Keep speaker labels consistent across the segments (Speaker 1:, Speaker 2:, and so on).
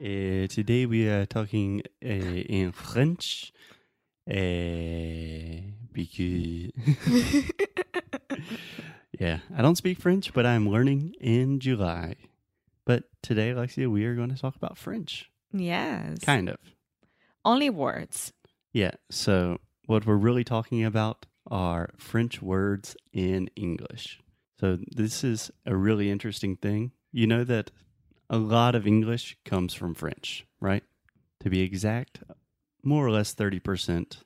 Speaker 1: Uh, today we are talking uh, in French uh, because yeah, I don't speak French, but I'm learning in July. But today, Alexia, we are going to talk about French,
Speaker 2: Yes.
Speaker 1: kind of.
Speaker 2: Only words.
Speaker 1: Yeah. So what we're really talking about are French words in English. So this is a really interesting thing. You know that a lot of English comes from French, right? To be exact, more or less 30%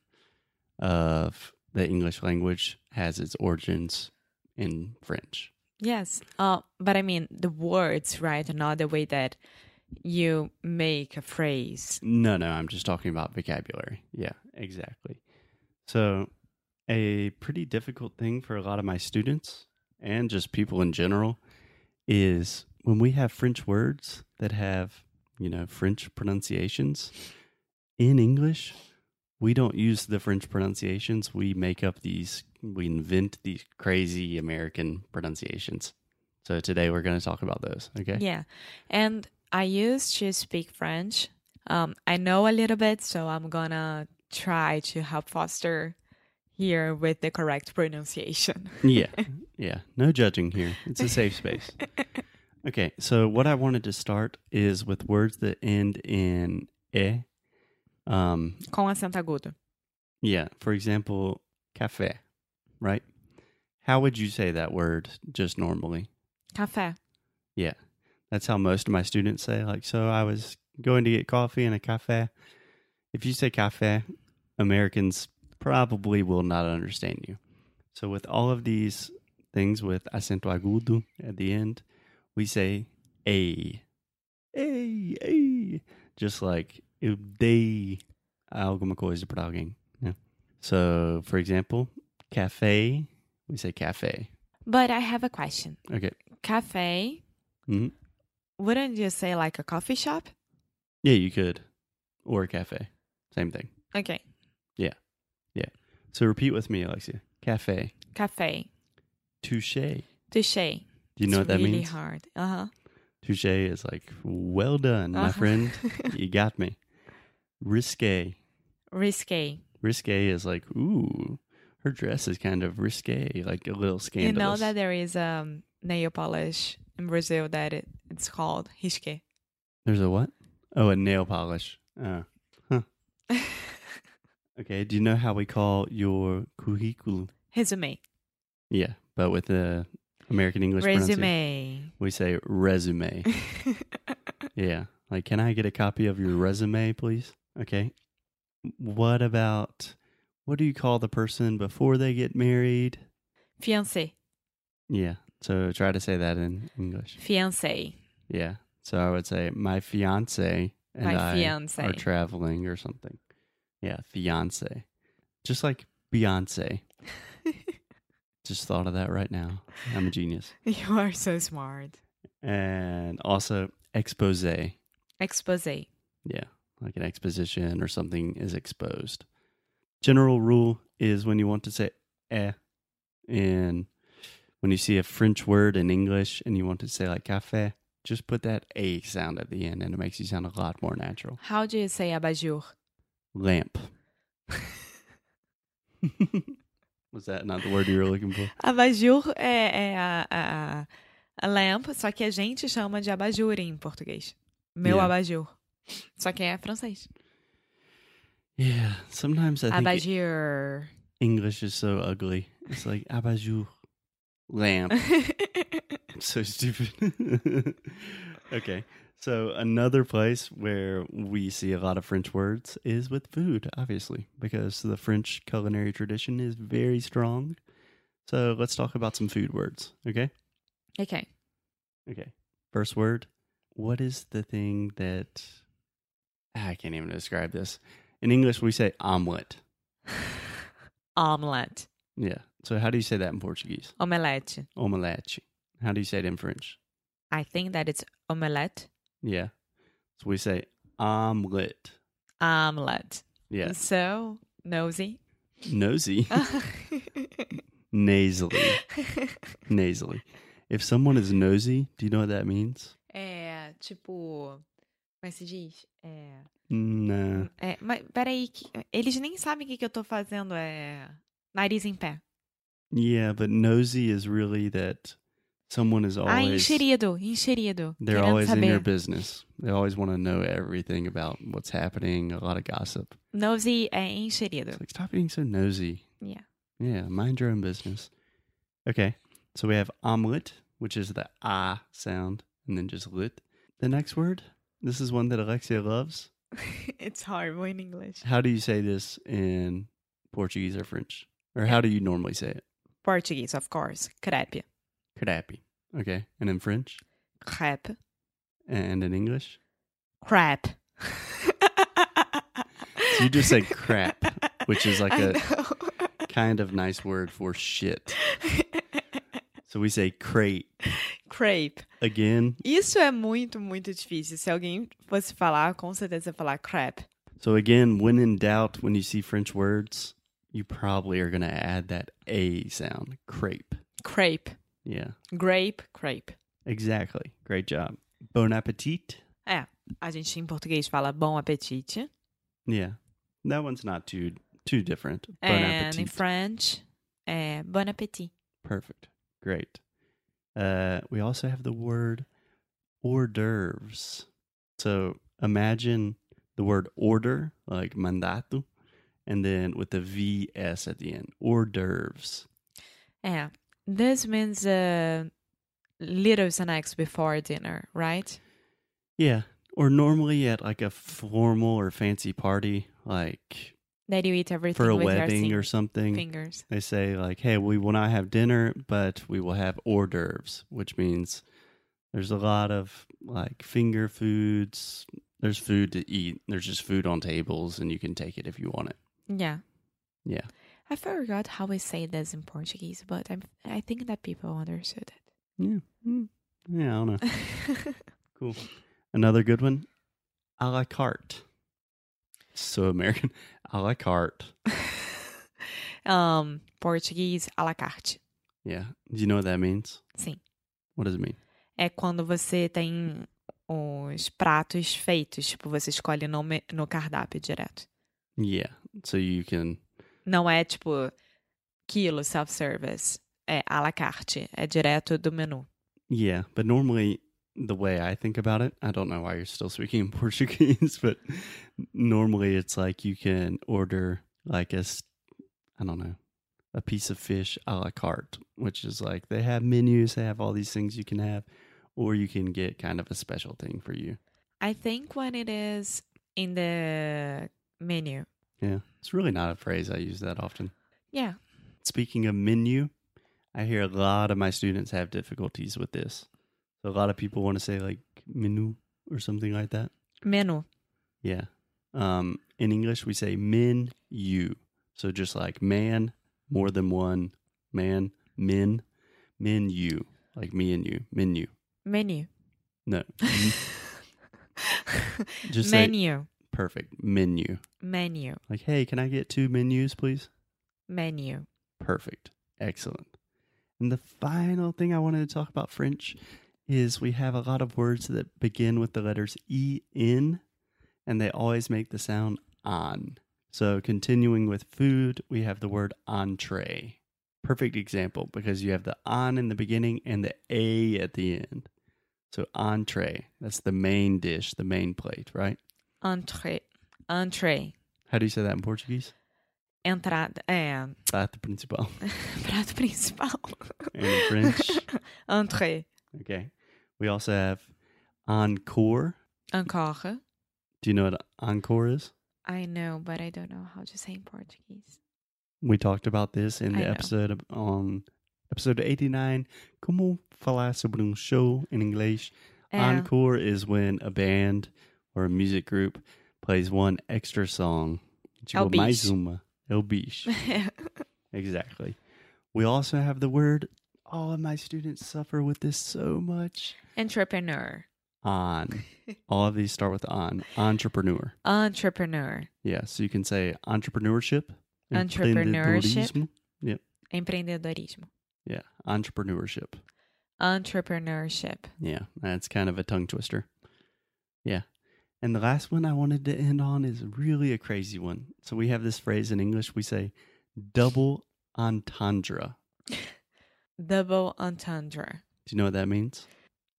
Speaker 1: of the English language has its origins in French.
Speaker 2: Yes. Uh, but I mean the words, right? Not the way that you make a phrase.
Speaker 1: No, no, I'm just talking about vocabulary. Yeah, exactly. So, a pretty difficult thing for a lot of my students and just people in general is when we have French words that have, you know, French pronunciations in English, we don't use the French pronunciations. We make up these, we invent these crazy American pronunciations. So, today we're going to talk about those. Okay.
Speaker 2: Yeah. And I used to speak French. Um, I know a little bit, so I'm gonna try to help Foster here with the correct pronunciation.
Speaker 1: yeah. Yeah. No judging here. It's a safe space. Okay. So, what I wanted to start is with words that end in e. Um,
Speaker 2: Com acento agudo.
Speaker 1: yeah. For example, cafe, right? How would you say that word just normally?
Speaker 2: Café.
Speaker 1: Yeah. That's how most of my students say, like, so I was going to get coffee in a cafe. If you say cafe, Americans probably will not understand you. So, with all of these things with acento agudo at the end, we say a, a, a, just like eu dei alguma coisa para alguém. Yeah. So, for example, cafe, we say cafe.
Speaker 2: But I have a question.
Speaker 1: Okay.
Speaker 2: Cafe.
Speaker 1: hmm
Speaker 2: Wouldn't you say like a coffee shop?
Speaker 1: Yeah, you could. Or a cafe. Same thing.
Speaker 2: Okay.
Speaker 1: So repeat with me, Alexia. Cafe.
Speaker 2: Cafe.
Speaker 1: Touche. Do
Speaker 2: Touché.
Speaker 1: you know
Speaker 2: it's
Speaker 1: what that
Speaker 2: really
Speaker 1: means?
Speaker 2: hard. Uh huh.
Speaker 1: Touche is like, well done, my
Speaker 2: Uh-huh.
Speaker 1: friend. you got me. Risque.
Speaker 2: Risque.
Speaker 1: Risque is like, ooh, her dress is kind of risque, like a little
Speaker 2: You know
Speaker 1: scandalous.
Speaker 2: that there is um, nail polish in Brazil that it, it's called risque.
Speaker 1: There's a what? Oh, a nail polish. Oh. Huh. okay, do you know how we call your curriculum?
Speaker 2: Resume.
Speaker 1: Yeah, but with the American English pronunciation.
Speaker 2: Resume.
Speaker 1: We say resume. Yeah. Like, can I get a copy of your resume, please? Okay. What about what do you call the person before they get married?
Speaker 2: Fiancé.
Speaker 1: Yeah. So try to say that in English.
Speaker 2: Fiancé.
Speaker 1: Yeah. So I would say my fiance and
Speaker 2: My
Speaker 1: I
Speaker 2: fiance.
Speaker 1: are traveling or something. Yeah, fiance. Just like Beyonce. Just thought of that right now. I'm a genius.
Speaker 2: you are so smart.
Speaker 1: And also expose.
Speaker 2: Exposé.
Speaker 1: Yeah, like an exposition or something is exposed. General rule is when you want to say eh in when you see a French word in English and you want to say like cafe, just put that a sound at the end and it makes you sound a lot more natural.
Speaker 2: How do you say abajur?
Speaker 1: Lamp. Was that not the word you were looking for?
Speaker 2: Abajur é, é a, a, a lamp, só que a gente chama de abajur em português. Meu
Speaker 1: Yeah.
Speaker 2: abajur. Só que é francês.
Speaker 1: Yeah, sometimes I think it-
Speaker 2: Abajur.
Speaker 1: English is so ugly. It's like abajur, lamp. I'm so stupid. okay. So another place where we see a lot of French words is with food, obviously, because the French culinary tradition is very strong. So let's talk about some food words, okay?
Speaker 2: okay.
Speaker 1: Okay. First word, what is the thing that Ah, I can't even describe this. In English we say omelet.
Speaker 2: Omelette.
Speaker 1: Yeah. So how do you say that in Portuguese?
Speaker 2: Omelette.
Speaker 1: Omelete. How do you say it in French?
Speaker 2: I think that it's omelette.
Speaker 1: Yeah. So we say omelet.
Speaker 2: Omelette.
Speaker 1: Yeah.
Speaker 2: So nosy.
Speaker 1: Nosy. nasally. Nasally. If someone is nosy, do you know what that means?
Speaker 2: é tipo Mas se diz. É.
Speaker 1: Nah.
Speaker 2: é mas peraí, que, eles nem sabem o que, que eu tô fazendo. É. Nariz em pé.
Speaker 1: Yeah, but nosy is really that someone is
Speaker 2: ah,
Speaker 1: always
Speaker 2: enxerido, enxerido.
Speaker 1: they're
Speaker 2: querendo
Speaker 1: always in
Speaker 2: saber.
Speaker 1: your business. They always want to know everything about what's happening, a lot of gossip.
Speaker 2: Nosy é enxerido.
Speaker 1: It's like stop being so nosy.
Speaker 2: Yeah.
Speaker 1: Yeah, mind your own business. Okay. So we have omelet, which is the ah sound, and then just lit. The next word, this is one that Alexia loves.
Speaker 2: It's horrible in English.
Speaker 1: How do you say this in Portuguese or French? Or how do you normally say it?
Speaker 2: Portuguese, of course. Crepe.
Speaker 1: Crepe. Okay. And in French?
Speaker 2: Crepe.
Speaker 1: And in English?
Speaker 2: Crap.
Speaker 1: So you just said crap, which is like
Speaker 2: I
Speaker 1: a
Speaker 2: know.
Speaker 1: kind of nice word for shit. So we say crate
Speaker 2: Crepe.
Speaker 1: again.
Speaker 2: Isso é muito, muito difícil. Se alguém fosse falar, com certeza ia falar crap.
Speaker 1: So again, when in doubt, when you see French words, you probably are going to add that A sound, crepe.
Speaker 2: Crepe.
Speaker 1: Yeah,
Speaker 2: Grape, crepe.
Speaker 1: exactly. Great job. Bon appetit.
Speaker 2: É, a gente em português fala bom apetite.
Speaker 1: Yeah, that one's not too too different. Bon
Speaker 2: And in
Speaker 1: appetit.
Speaker 2: French, é bon appetit.
Speaker 1: Perfect. Great. Uh, we also have the word hors d'oeuvres. So imagine the word order, like mandato, and then with the VS at the end, hors d'oeuvres.
Speaker 2: É, this means uh, little snacks before dinner, right?
Speaker 1: Yeah. Or normally at like a formal or fancy party, like
Speaker 2: That you eat everything
Speaker 1: for a
Speaker 2: with
Speaker 1: wedding
Speaker 2: your
Speaker 1: or something,
Speaker 2: fingers.
Speaker 1: they say like, "Hey, we will not have dinner, but we will have hors d'oeuvres," which means there's a lot of like finger foods. There's food to eat. There's just food on tables, and you can take it if you want it.
Speaker 2: Yeah.
Speaker 1: Yeah.
Speaker 2: I forgot how we say this in Portuguese, but I'm, I think that people understood
Speaker 1: Yeah. Mm. Yeah. I don't know.
Speaker 2: it.
Speaker 1: Cool. Another good one. A la carte. So American. A la carte.
Speaker 2: um, Portuguese à la carte.
Speaker 1: Yeah. Do you know what that means?
Speaker 2: Sim.
Speaker 1: What does it mean?
Speaker 2: É quando você tem os pratos feitos, tipo, você escolhe no, me- no cardápio direto.
Speaker 1: Yeah. So you can.
Speaker 2: Não é tipo quilo self-service. É à la carte. É direto do menu.
Speaker 1: Yeah, but normally the way I think about it, I don't know why you're still speaking in Portuguese, but normally it's like you can order like a, s- I don't know, a piece of fish a la carte, which is like they have menus, they have all these things you can have, or you can get kind of a special thing for you.
Speaker 2: I think when it is in the menu.
Speaker 1: Yeah, it's really not a phrase I use that often.
Speaker 2: Yeah.
Speaker 1: Speaking of menu, I hear a lot of my students have difficulties with this. So a lot of people want to say like menu or something like that.
Speaker 2: Menu.
Speaker 1: Yeah. Um, in English, we say men, you. So just like man, more than one, man, men, men, you. Like me and you, men, you.
Speaker 2: Menu.
Speaker 1: No, just say
Speaker 2: menu.
Speaker 1: perfect menu.
Speaker 2: Menu.
Speaker 1: Like, hey, can I get two menus, please?
Speaker 2: Menu.
Speaker 1: Perfect. Excellent. And the final thing I wanted to talk about French is we have a lot of words that begin with the letters E N and they always make the sound on. So continuing with food, we have the word entree. Perfect example because you have the on in the beginning and the a at the end. So entree, that's the main dish, the main plate, right?
Speaker 2: Entree. Entree.
Speaker 1: How do you say that in Portuguese?
Speaker 2: Entrada. É.
Speaker 1: Prato principal.
Speaker 2: Prato principal.
Speaker 1: And in É, French?
Speaker 2: Entree.
Speaker 1: Okay. We also have encore.
Speaker 2: Encore.
Speaker 1: Do you know what encore is?
Speaker 2: I know, but I don't know how to say in Portuguese.
Speaker 1: We talked about this in
Speaker 2: I
Speaker 1: the
Speaker 2: know.
Speaker 1: episode of, on episode 89. Como falar sobre um show in English?
Speaker 2: É.
Speaker 1: Encore is when a band or a music group plays one extra song.
Speaker 2: É o
Speaker 1: Tipo, mais
Speaker 2: bicho.
Speaker 1: uma. É o bicho. exactly. We also have the word. All of my students suffer with this so much.
Speaker 2: Entrepreneur.
Speaker 1: On. All of these start with on. Entrepreneur.
Speaker 2: Entrepreneur.
Speaker 1: Yeah, so you can say entrepreneurship,
Speaker 2: Entrepreneurship.
Speaker 1: empreendedorismo.
Speaker 2: Empreendedorismo.
Speaker 1: Yeah, entrepreneurship.
Speaker 2: Entrepreneurship.
Speaker 1: Yeah, that's kind of a tongue twister. Yeah. And the last one I wanted to end on is really a crazy one. So we have this phrase in English we say double entendre.
Speaker 2: Double entendre.
Speaker 1: Do you know what that means?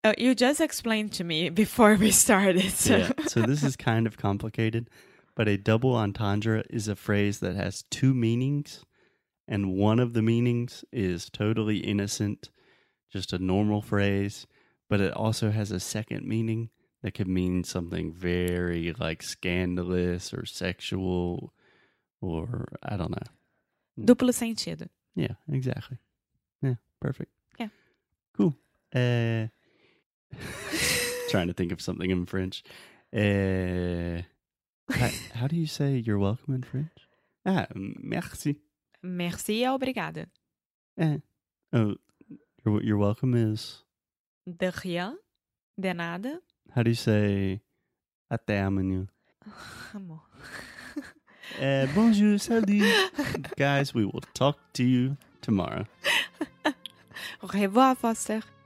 Speaker 2: Oh, you just explained to me before we started. So.
Speaker 1: Yeah. So this is kind of complicated, but a double entendre is a phrase that has two meanings, and one of the meanings is totally innocent, just a normal phrase, but it also has a second meaning that could mean something very like scandalous or sexual or I don't know.
Speaker 2: Duplo sentido.
Speaker 1: Yeah, exactly. Yeah, perfect.
Speaker 2: Yeah.
Speaker 1: Cool. Uh trying to think of something in French. Uh how, how do you say you're welcome in French? Ah, merci.
Speaker 2: Merci, obrigada.
Speaker 1: Eh. Oh, you're, you're welcome is
Speaker 2: De rien, de nada.
Speaker 1: how do you say até amanhã?
Speaker 2: Amor.
Speaker 1: Uh, bonjour, salut. Guys, we will talk to you tomorrow.
Speaker 2: Au revoir, Foster.